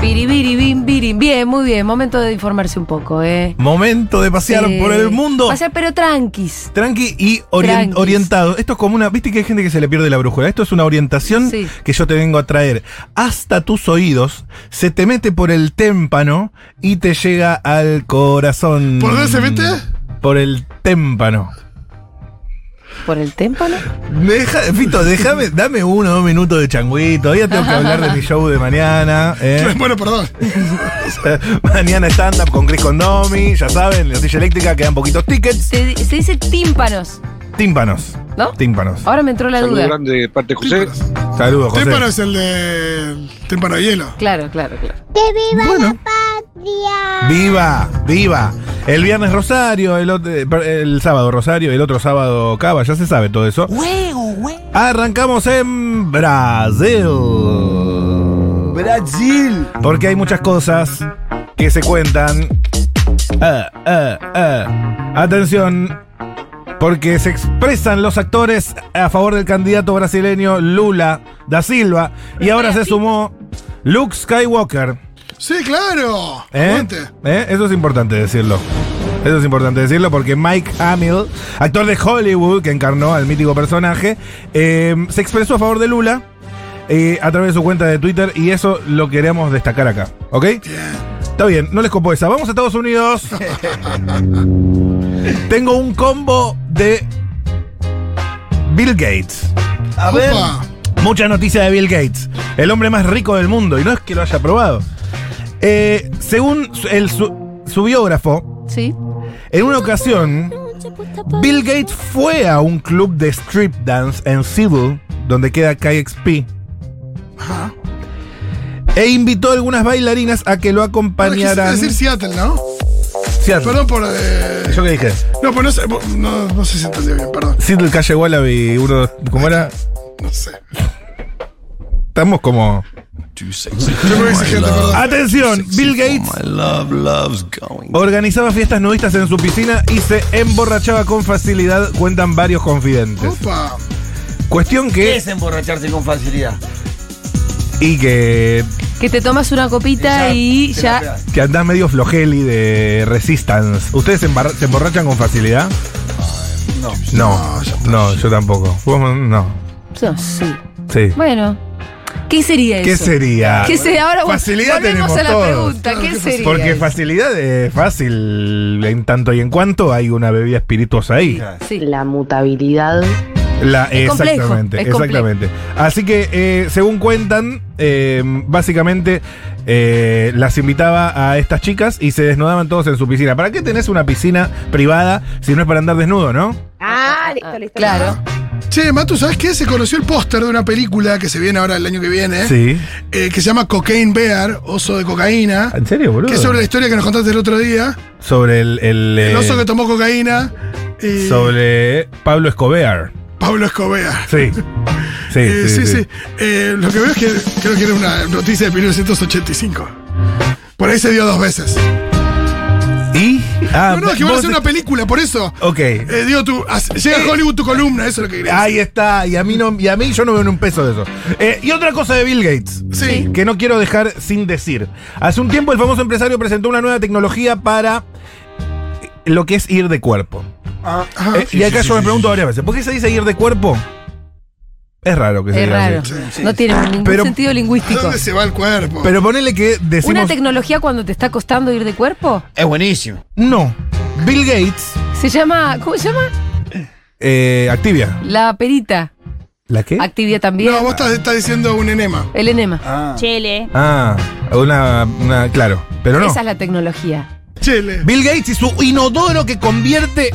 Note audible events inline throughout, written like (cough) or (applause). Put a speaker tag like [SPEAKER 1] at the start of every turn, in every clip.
[SPEAKER 1] Biribiri, bim, birim. Bien, muy bien. Momento de informarse un poco, ¿eh?
[SPEAKER 2] Momento de pasear
[SPEAKER 1] Eh,
[SPEAKER 2] por el mundo.
[SPEAKER 1] Pasear, pero tranquis.
[SPEAKER 2] Tranqui y orien-
[SPEAKER 1] Tranquis.
[SPEAKER 2] orientado. Esto es como una. Viste que hay gente que se le pierde la brújula. Esto es una orientación
[SPEAKER 1] Sí.
[SPEAKER 2] que yo te vengo a traer hasta tus oídos. Se te mete por el témpano y te llega al corazón.
[SPEAKER 3] ¿Por dónde se mete?
[SPEAKER 2] Por el témpano.
[SPEAKER 1] Por el témpano.
[SPEAKER 2] Deja, Fito, déjame, dame uno o dos minutos de changüí. Todavía tengo que hablar de mi show de mañana. ¿eh?
[SPEAKER 3] Bueno, perdón.
[SPEAKER 2] (laughs) mañana stand-up con Chris Condomi. Ya saben, la silla eléctrica, quedan poquitos tickets.
[SPEAKER 1] Se, se dice tímpanos,
[SPEAKER 2] Tímpanos.
[SPEAKER 1] ¿no?
[SPEAKER 2] Tímpanos.
[SPEAKER 1] Ahora me entró la
[SPEAKER 4] Saludo
[SPEAKER 1] duda.
[SPEAKER 4] grande de parte de José.
[SPEAKER 2] Saludos, José.
[SPEAKER 3] Témpano es el de. Témpano de hielo.
[SPEAKER 1] Claro, claro, claro.
[SPEAKER 5] ¡Que viva
[SPEAKER 2] Bueno.
[SPEAKER 5] la patria!
[SPEAKER 2] Viva, viva. El viernes Rosario, el, otro- eh, el sábado Rosario, el otro sábado Cava, ya se sabe todo eso. Arrancamos en Brasil. Brasil. Porque hay muchas cosas que se cuentan. Ah, ah, ah. Atención, porque se expresan los actores a favor del candidato brasileño Lula da Silva. Y ahora se sumó Luke Skywalker.
[SPEAKER 3] Sí, claro.
[SPEAKER 2] ¿Eh?
[SPEAKER 3] Aguante.
[SPEAKER 2] ¿Eh? Eso es importante decirlo. Eso es importante decirlo porque Mike Hamill, actor de Hollywood que encarnó al mítico personaje, eh, se expresó a favor de Lula eh, a través de su cuenta de Twitter y eso lo queremos destacar acá. ¿Ok? Está bien, no les copo esa. Vamos a Estados Unidos. Tengo un combo de Bill Gates. A ver.
[SPEAKER 3] Opa.
[SPEAKER 2] Mucha noticia de Bill Gates, el hombre más rico del mundo, y no es que lo haya probado. Eh, según su- el, su, su biógrafo,
[SPEAKER 1] Sí.
[SPEAKER 2] en una ocasión, Bill Gates fue a un club de strip dance en Seattle, donde queda KXP, e invitó a algunas bailarinas a que lo
[SPEAKER 3] Ahora quise
[SPEAKER 2] acompañaran.
[SPEAKER 3] decir Seattle, ¿no?
[SPEAKER 2] Seattle.
[SPEAKER 3] Perdón por. eh,
[SPEAKER 2] ¿Yo qué dije?
[SPEAKER 3] No, pues no sé. No, no sé si entendió bien, perdón.
[SPEAKER 2] Seattle, calle Wallaby, uno, ¿cómo era?
[SPEAKER 3] No sé.
[SPEAKER 2] Estamos como...
[SPEAKER 3] Yo muy exigente,
[SPEAKER 2] Ah,
[SPEAKER 3] perdón.
[SPEAKER 2] Atención, Bill Gates organizaba fiestas nudistas en su piscina y se emborrachaba con facilidad, cuentan varios confidentes.
[SPEAKER 3] Opa.
[SPEAKER 2] Cuestión
[SPEAKER 6] ¿Qué
[SPEAKER 2] que
[SPEAKER 6] es emborracharse con facilidad?
[SPEAKER 2] y que,
[SPEAKER 1] Que te tomas una copita y ya.
[SPEAKER 2] que andás medio flojeli de Resistance. ¿Ustedes se, embarra- se emborrachan con facilidad? No, no, yo tampoco. Vos no,
[SPEAKER 1] No, sí.
[SPEAKER 2] sí.
[SPEAKER 1] Bueno. ¿Qué sería eso?
[SPEAKER 2] ¿Qué sería?
[SPEAKER 1] ¿Qué se- ahora vol-
[SPEAKER 2] facilidad
[SPEAKER 1] volvemos
[SPEAKER 2] tenemos
[SPEAKER 1] a la
[SPEAKER 2] todos.
[SPEAKER 1] pregunta. ¿Qué sería?
[SPEAKER 2] Porque
[SPEAKER 1] eso?
[SPEAKER 2] facilidad es fácil en tanto y en cuanto hay una bebida espirituosa ahí.
[SPEAKER 1] Sí.
[SPEAKER 7] la mutabilidad.
[SPEAKER 2] La,
[SPEAKER 1] Es complejo,
[SPEAKER 2] exactamente,
[SPEAKER 1] es complejo.
[SPEAKER 2] exactamente. Así que, eh, según cuentan, eh, básicamente eh, las invitaba a estas chicas y se desnudaban todos en su piscina. ¿Para qué tenés una piscina privada si no es para andar desnudo, no?
[SPEAKER 7] Ah,
[SPEAKER 1] Ah,
[SPEAKER 7] listo, listo.
[SPEAKER 1] Claro.
[SPEAKER 3] Che, Matu, ¿sabes qué? Se conoció el póster de una película que se viene ahora el año que viene.
[SPEAKER 2] Sí.
[SPEAKER 3] eh, que se llama Cocaine Bear, oso de cocaína.
[SPEAKER 2] ¿En serio, boludo?
[SPEAKER 3] Que es sobre la historia que nos contaste el otro día.
[SPEAKER 2] Sobre el. el,
[SPEAKER 3] El
[SPEAKER 2] eh,
[SPEAKER 3] oso que tomó cocaína. Y
[SPEAKER 2] sobre Pablo Escobar.
[SPEAKER 3] Pablo Escobar. (laughs)
[SPEAKER 2] Sí. Sí,
[SPEAKER 3] Eh, sí, sí. Eh, lo que veo es que creo que era una noticia de 1985. Por ahí se dio dos veces.
[SPEAKER 2] Y. Ah,
[SPEAKER 3] no, no, es que van a
[SPEAKER 2] vos-
[SPEAKER 3] hacer una película, por eso.
[SPEAKER 2] Ok.
[SPEAKER 3] Eh, digo, tú, as- llega a Hollywood tu columna, eso es lo que quería
[SPEAKER 2] Ahí
[SPEAKER 3] decir.
[SPEAKER 2] está, y a mí no, y a mí yo no veo ni un peso de eso. Eh, y otra cosa de Bill Gates.
[SPEAKER 3] Sí.
[SPEAKER 2] que no quiero dejar sin decir. Hace un tiempo el famoso empresario presentó una nueva tecnología para eh, lo que es ir de cuerpo.
[SPEAKER 3] Ah, Ajá.
[SPEAKER 2] Eh, y acá yo me pregunto varias veces, ¿por qué se dice ir de cuerpo? Es raro que se
[SPEAKER 1] Es
[SPEAKER 2] diga
[SPEAKER 1] raro.
[SPEAKER 2] así.
[SPEAKER 1] No tiene ningún
[SPEAKER 2] Pero-
[SPEAKER 1] sentido
[SPEAKER 3] ¿A
[SPEAKER 1] lingüístico.
[SPEAKER 3] dónde se va el cuerpo?
[SPEAKER 2] Pero ponele que
[SPEAKER 1] ¿Una
[SPEAKER 2] decimos
[SPEAKER 1] tecnología cuando te está costando ir de cuerpo?
[SPEAKER 6] Es buenísimo.
[SPEAKER 2] no. Bill Gates
[SPEAKER 1] Se llama. ¿Cómo se llama?
[SPEAKER 2] eh, Activia.
[SPEAKER 1] La perita.
[SPEAKER 2] ¿La qué?
[SPEAKER 1] Activia también.
[SPEAKER 3] no, vos estás, estás diciendo un enema.
[SPEAKER 1] El enema.
[SPEAKER 5] Chele.
[SPEAKER 2] Ah, una, una claro, pero no.
[SPEAKER 1] Esa es la tecnología.
[SPEAKER 3] Chele.
[SPEAKER 2] Bill Gates y su inodoro que convierte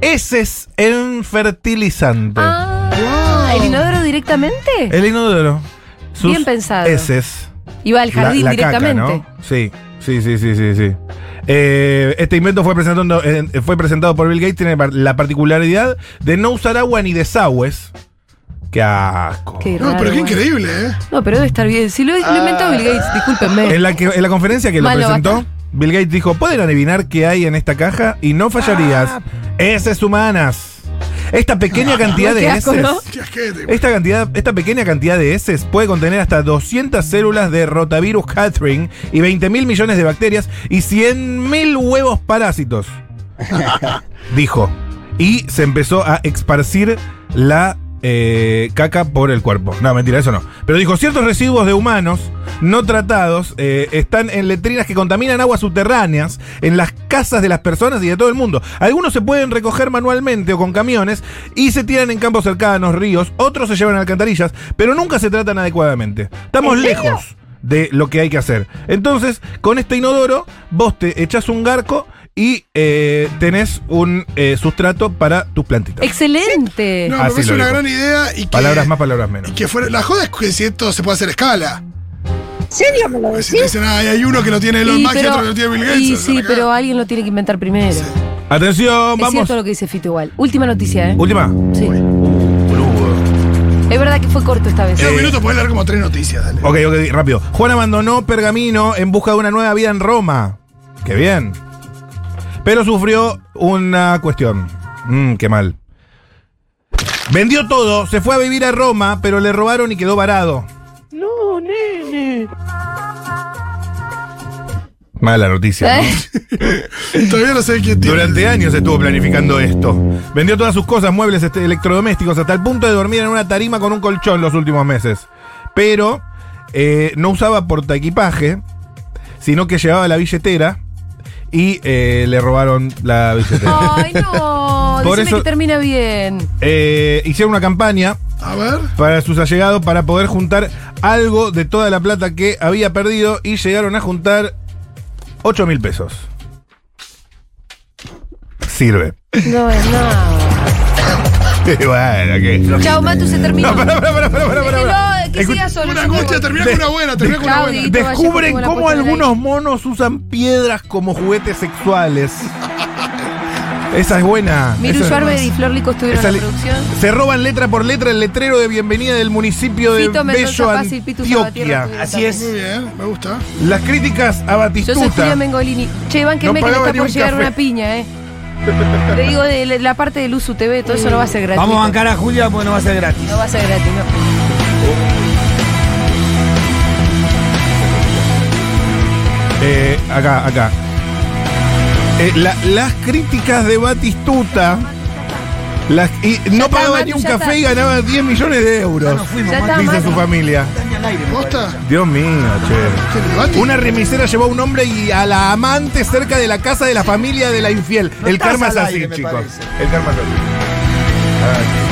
[SPEAKER 2] heces en fertilizante.
[SPEAKER 1] Ah,
[SPEAKER 3] Wow.
[SPEAKER 2] Ah. Eh,
[SPEAKER 1] ¿el inodoro Ah, directamente?
[SPEAKER 2] El inodoro. sus
[SPEAKER 1] Bien pensado.
[SPEAKER 2] heces.
[SPEAKER 1] Iba al jardín
[SPEAKER 2] La- la caca,
[SPEAKER 1] directamente.
[SPEAKER 2] ¿no? Sí, sí, sí, sí, sí. sí. Eh, este invento fue presentado, en- fue presentado por Bill Gates, tiene par- la particularidad de no usar agua ni desagües. ¡Qué asco!
[SPEAKER 1] Qué
[SPEAKER 3] No, pero
[SPEAKER 1] raro,
[SPEAKER 3] qué
[SPEAKER 1] bueno.
[SPEAKER 3] increíble, ¿eh?
[SPEAKER 1] No, pero debe estar bien. Si lo, lo inventó Bill
[SPEAKER 2] Ah.
[SPEAKER 1] Gates, discúlpenme.
[SPEAKER 2] En la, que- en la conferencia que lo
[SPEAKER 1] Malo,
[SPEAKER 2] presentó,
[SPEAKER 1] basta.
[SPEAKER 2] Bill Gates dijo, pueden adivinar qué hay en esta caja y no fallarías.
[SPEAKER 1] Ah.
[SPEAKER 2] Heces humanas. Esta pequeña cantidad de
[SPEAKER 1] Qué asco,
[SPEAKER 2] heces.
[SPEAKER 1] ¿no?
[SPEAKER 3] Qué asquete, güey.
[SPEAKER 2] Esta, cantidad, esta pequeña cantidad de heces puede contener hasta 200 células de rotavirus Catherine y 20 mil millones de bacterias y 100 mil huevos parásitos. dijo. Y se empezó a esparcir la eh, caca por el cuerpo. No, mentira, eso no. Pero dijo, ciertos residuos de humanos no tratados eh, están en letrinas que contaminan aguas subterráneas, en las casas de las personas y de todo el mundo. Algunos se pueden recoger manualmente o con camiones y se tiran en campos cercanos, ríos, otros se llevan a alcantarillas, pero nunca se tratan adecuadamente. Estamos lejos de lo que hay que hacer. Entonces, con este inodoro, vos te echás un garco y eh, tenés un eh, sustrato para tus plantitas.
[SPEAKER 1] Excelente.
[SPEAKER 3] No,
[SPEAKER 2] Eh, Así
[SPEAKER 3] me parece
[SPEAKER 2] lo
[SPEAKER 3] una
[SPEAKER 2] dijo.
[SPEAKER 3] gran idea y que.
[SPEAKER 2] palabras más, palabras menos.
[SPEAKER 3] y que fuera. La joda es que si esto se puede hacer a escala.
[SPEAKER 5] ¿En serio me lo
[SPEAKER 3] Porque Si te
[SPEAKER 5] decís?
[SPEAKER 3] dicen, "Ay, hay uno que lo tiene Elon
[SPEAKER 1] Y
[SPEAKER 3] Musk y otro que lo tiene Bill Gates.
[SPEAKER 1] y
[SPEAKER 3] o sea,
[SPEAKER 1] sí,
[SPEAKER 3] la
[SPEAKER 1] pero
[SPEAKER 3] cagada.
[SPEAKER 1] alguien lo tiene que inventar primero.
[SPEAKER 2] Atención,
[SPEAKER 1] Es
[SPEAKER 2] vamos.
[SPEAKER 1] cierto lo que dice Fito igual. Última noticia, ¿eh?
[SPEAKER 2] Última.
[SPEAKER 1] Sí. Es verdad que fue corto esta vez.
[SPEAKER 3] En
[SPEAKER 2] Eh,
[SPEAKER 3] un minuto puedes leer como tres noticias, dale.
[SPEAKER 2] Ok, ok, rápido. Juan abandonó Pergamino en busca de una nueva vida en Roma. Qué bien. Pero sufrió una cuestión. Mmm, qué mal. Vendió todo, se fue a vivir a Roma, pero le robaron y quedó varado. No, nene. Mala noticia.
[SPEAKER 1] (laughs)
[SPEAKER 2] ¿no?
[SPEAKER 1] ¿Eh?
[SPEAKER 3] Todavía no sé quién tiene.
[SPEAKER 2] Durante años estuvo planificando esto. Vendió todas sus cosas, muebles, este, electrodomésticos, hasta el punto de dormir en una tarima con un colchón los últimos meses. Pero eh, no usaba portaequipaje, sino que llevaba la billetera y eh, le robaron la
[SPEAKER 1] (laughs)
[SPEAKER 2] billetera.
[SPEAKER 1] (laughs)
[SPEAKER 2] (laughs)
[SPEAKER 1] Ay, no.
[SPEAKER 2] Por
[SPEAKER 1] Decime
[SPEAKER 2] eso-
[SPEAKER 1] que termina bien.
[SPEAKER 2] Eh, hicieron una campaña
[SPEAKER 3] A ver.
[SPEAKER 2] para sus allegados para poder juntar algo de toda la plata que había perdido y llegaron a juntar 8 mil pesos. Sirve.
[SPEAKER 1] No es
[SPEAKER 2] (laughs)
[SPEAKER 1] nada.
[SPEAKER 2] bueno, ¿qué?
[SPEAKER 1] Chao, Matu, se terminó.
[SPEAKER 2] No, pará, pará, pará, pará, pará, pará.
[SPEAKER 1] Déjelo, que siga solo. yo
[SPEAKER 3] Una
[SPEAKER 1] me voy.
[SPEAKER 3] angustia, termina con una buena, termina con una
[SPEAKER 1] Chao,
[SPEAKER 3] buena.
[SPEAKER 1] Dieguito, vaya,
[SPEAKER 2] Descubren
[SPEAKER 1] que tengo la
[SPEAKER 2] cómo
[SPEAKER 1] puerta del
[SPEAKER 2] algunos monos usan piedras como juguetes
[SPEAKER 1] (laughs)
[SPEAKER 2] sexuales. Esa es buena.
[SPEAKER 1] Miru
[SPEAKER 2] Esa es-
[SPEAKER 1] Schwarber y Flor Lico estuvieron
[SPEAKER 2] esa
[SPEAKER 1] en la
[SPEAKER 2] le-
[SPEAKER 1] producción.
[SPEAKER 2] Se roban letra por letra el letrero de bienvenida del municipio de
[SPEAKER 1] Fito
[SPEAKER 2] Bello,
[SPEAKER 1] Mendoza Paz y Pitu Sabatierra.
[SPEAKER 2] Antioquia.
[SPEAKER 1] estuvieron
[SPEAKER 6] Así es.
[SPEAKER 3] Muy bien, me gusta.
[SPEAKER 2] Las críticas
[SPEAKER 1] Yo
[SPEAKER 2] a
[SPEAKER 1] soy Julia
[SPEAKER 2] Batistuta.
[SPEAKER 1] Mengolini. Che, bánquenme
[SPEAKER 2] No
[SPEAKER 1] que me
[SPEAKER 2] pagaba
[SPEAKER 1] está
[SPEAKER 2] ni
[SPEAKER 1] por
[SPEAKER 2] un
[SPEAKER 1] llegar
[SPEAKER 2] café.
[SPEAKER 1] una piña, ¿eh? Te digo, de la- la parte del Usu TV, todo eso no va a ser gratis.
[SPEAKER 6] Vamos a bancar a Julia porque no va a ser gratis.
[SPEAKER 1] No va a ser gratis, no.
[SPEAKER 2] Eh, acá, acá. Eh, la- las críticas de Batistuta. Las, y no
[SPEAKER 1] está,
[SPEAKER 2] pagaba
[SPEAKER 1] Manu,
[SPEAKER 2] ni un
[SPEAKER 1] ya
[SPEAKER 2] café
[SPEAKER 1] está.
[SPEAKER 2] y ganaba 10 millones de euros.
[SPEAKER 1] Ya está,
[SPEAKER 2] dice
[SPEAKER 1] Manu.
[SPEAKER 2] su familia.
[SPEAKER 3] ¿Posta?
[SPEAKER 2] Dios mío, che.
[SPEAKER 3] ¿Qué debate?
[SPEAKER 2] Una remisera llevó a un hombre y a la amante cerca de la casa de la familia de la infiel.
[SPEAKER 6] No
[SPEAKER 2] el
[SPEAKER 6] estás
[SPEAKER 2] karma es
[SPEAKER 6] al
[SPEAKER 2] así,
[SPEAKER 6] aire, me
[SPEAKER 2] chicos.
[SPEAKER 6] parece.
[SPEAKER 2] El karma es así.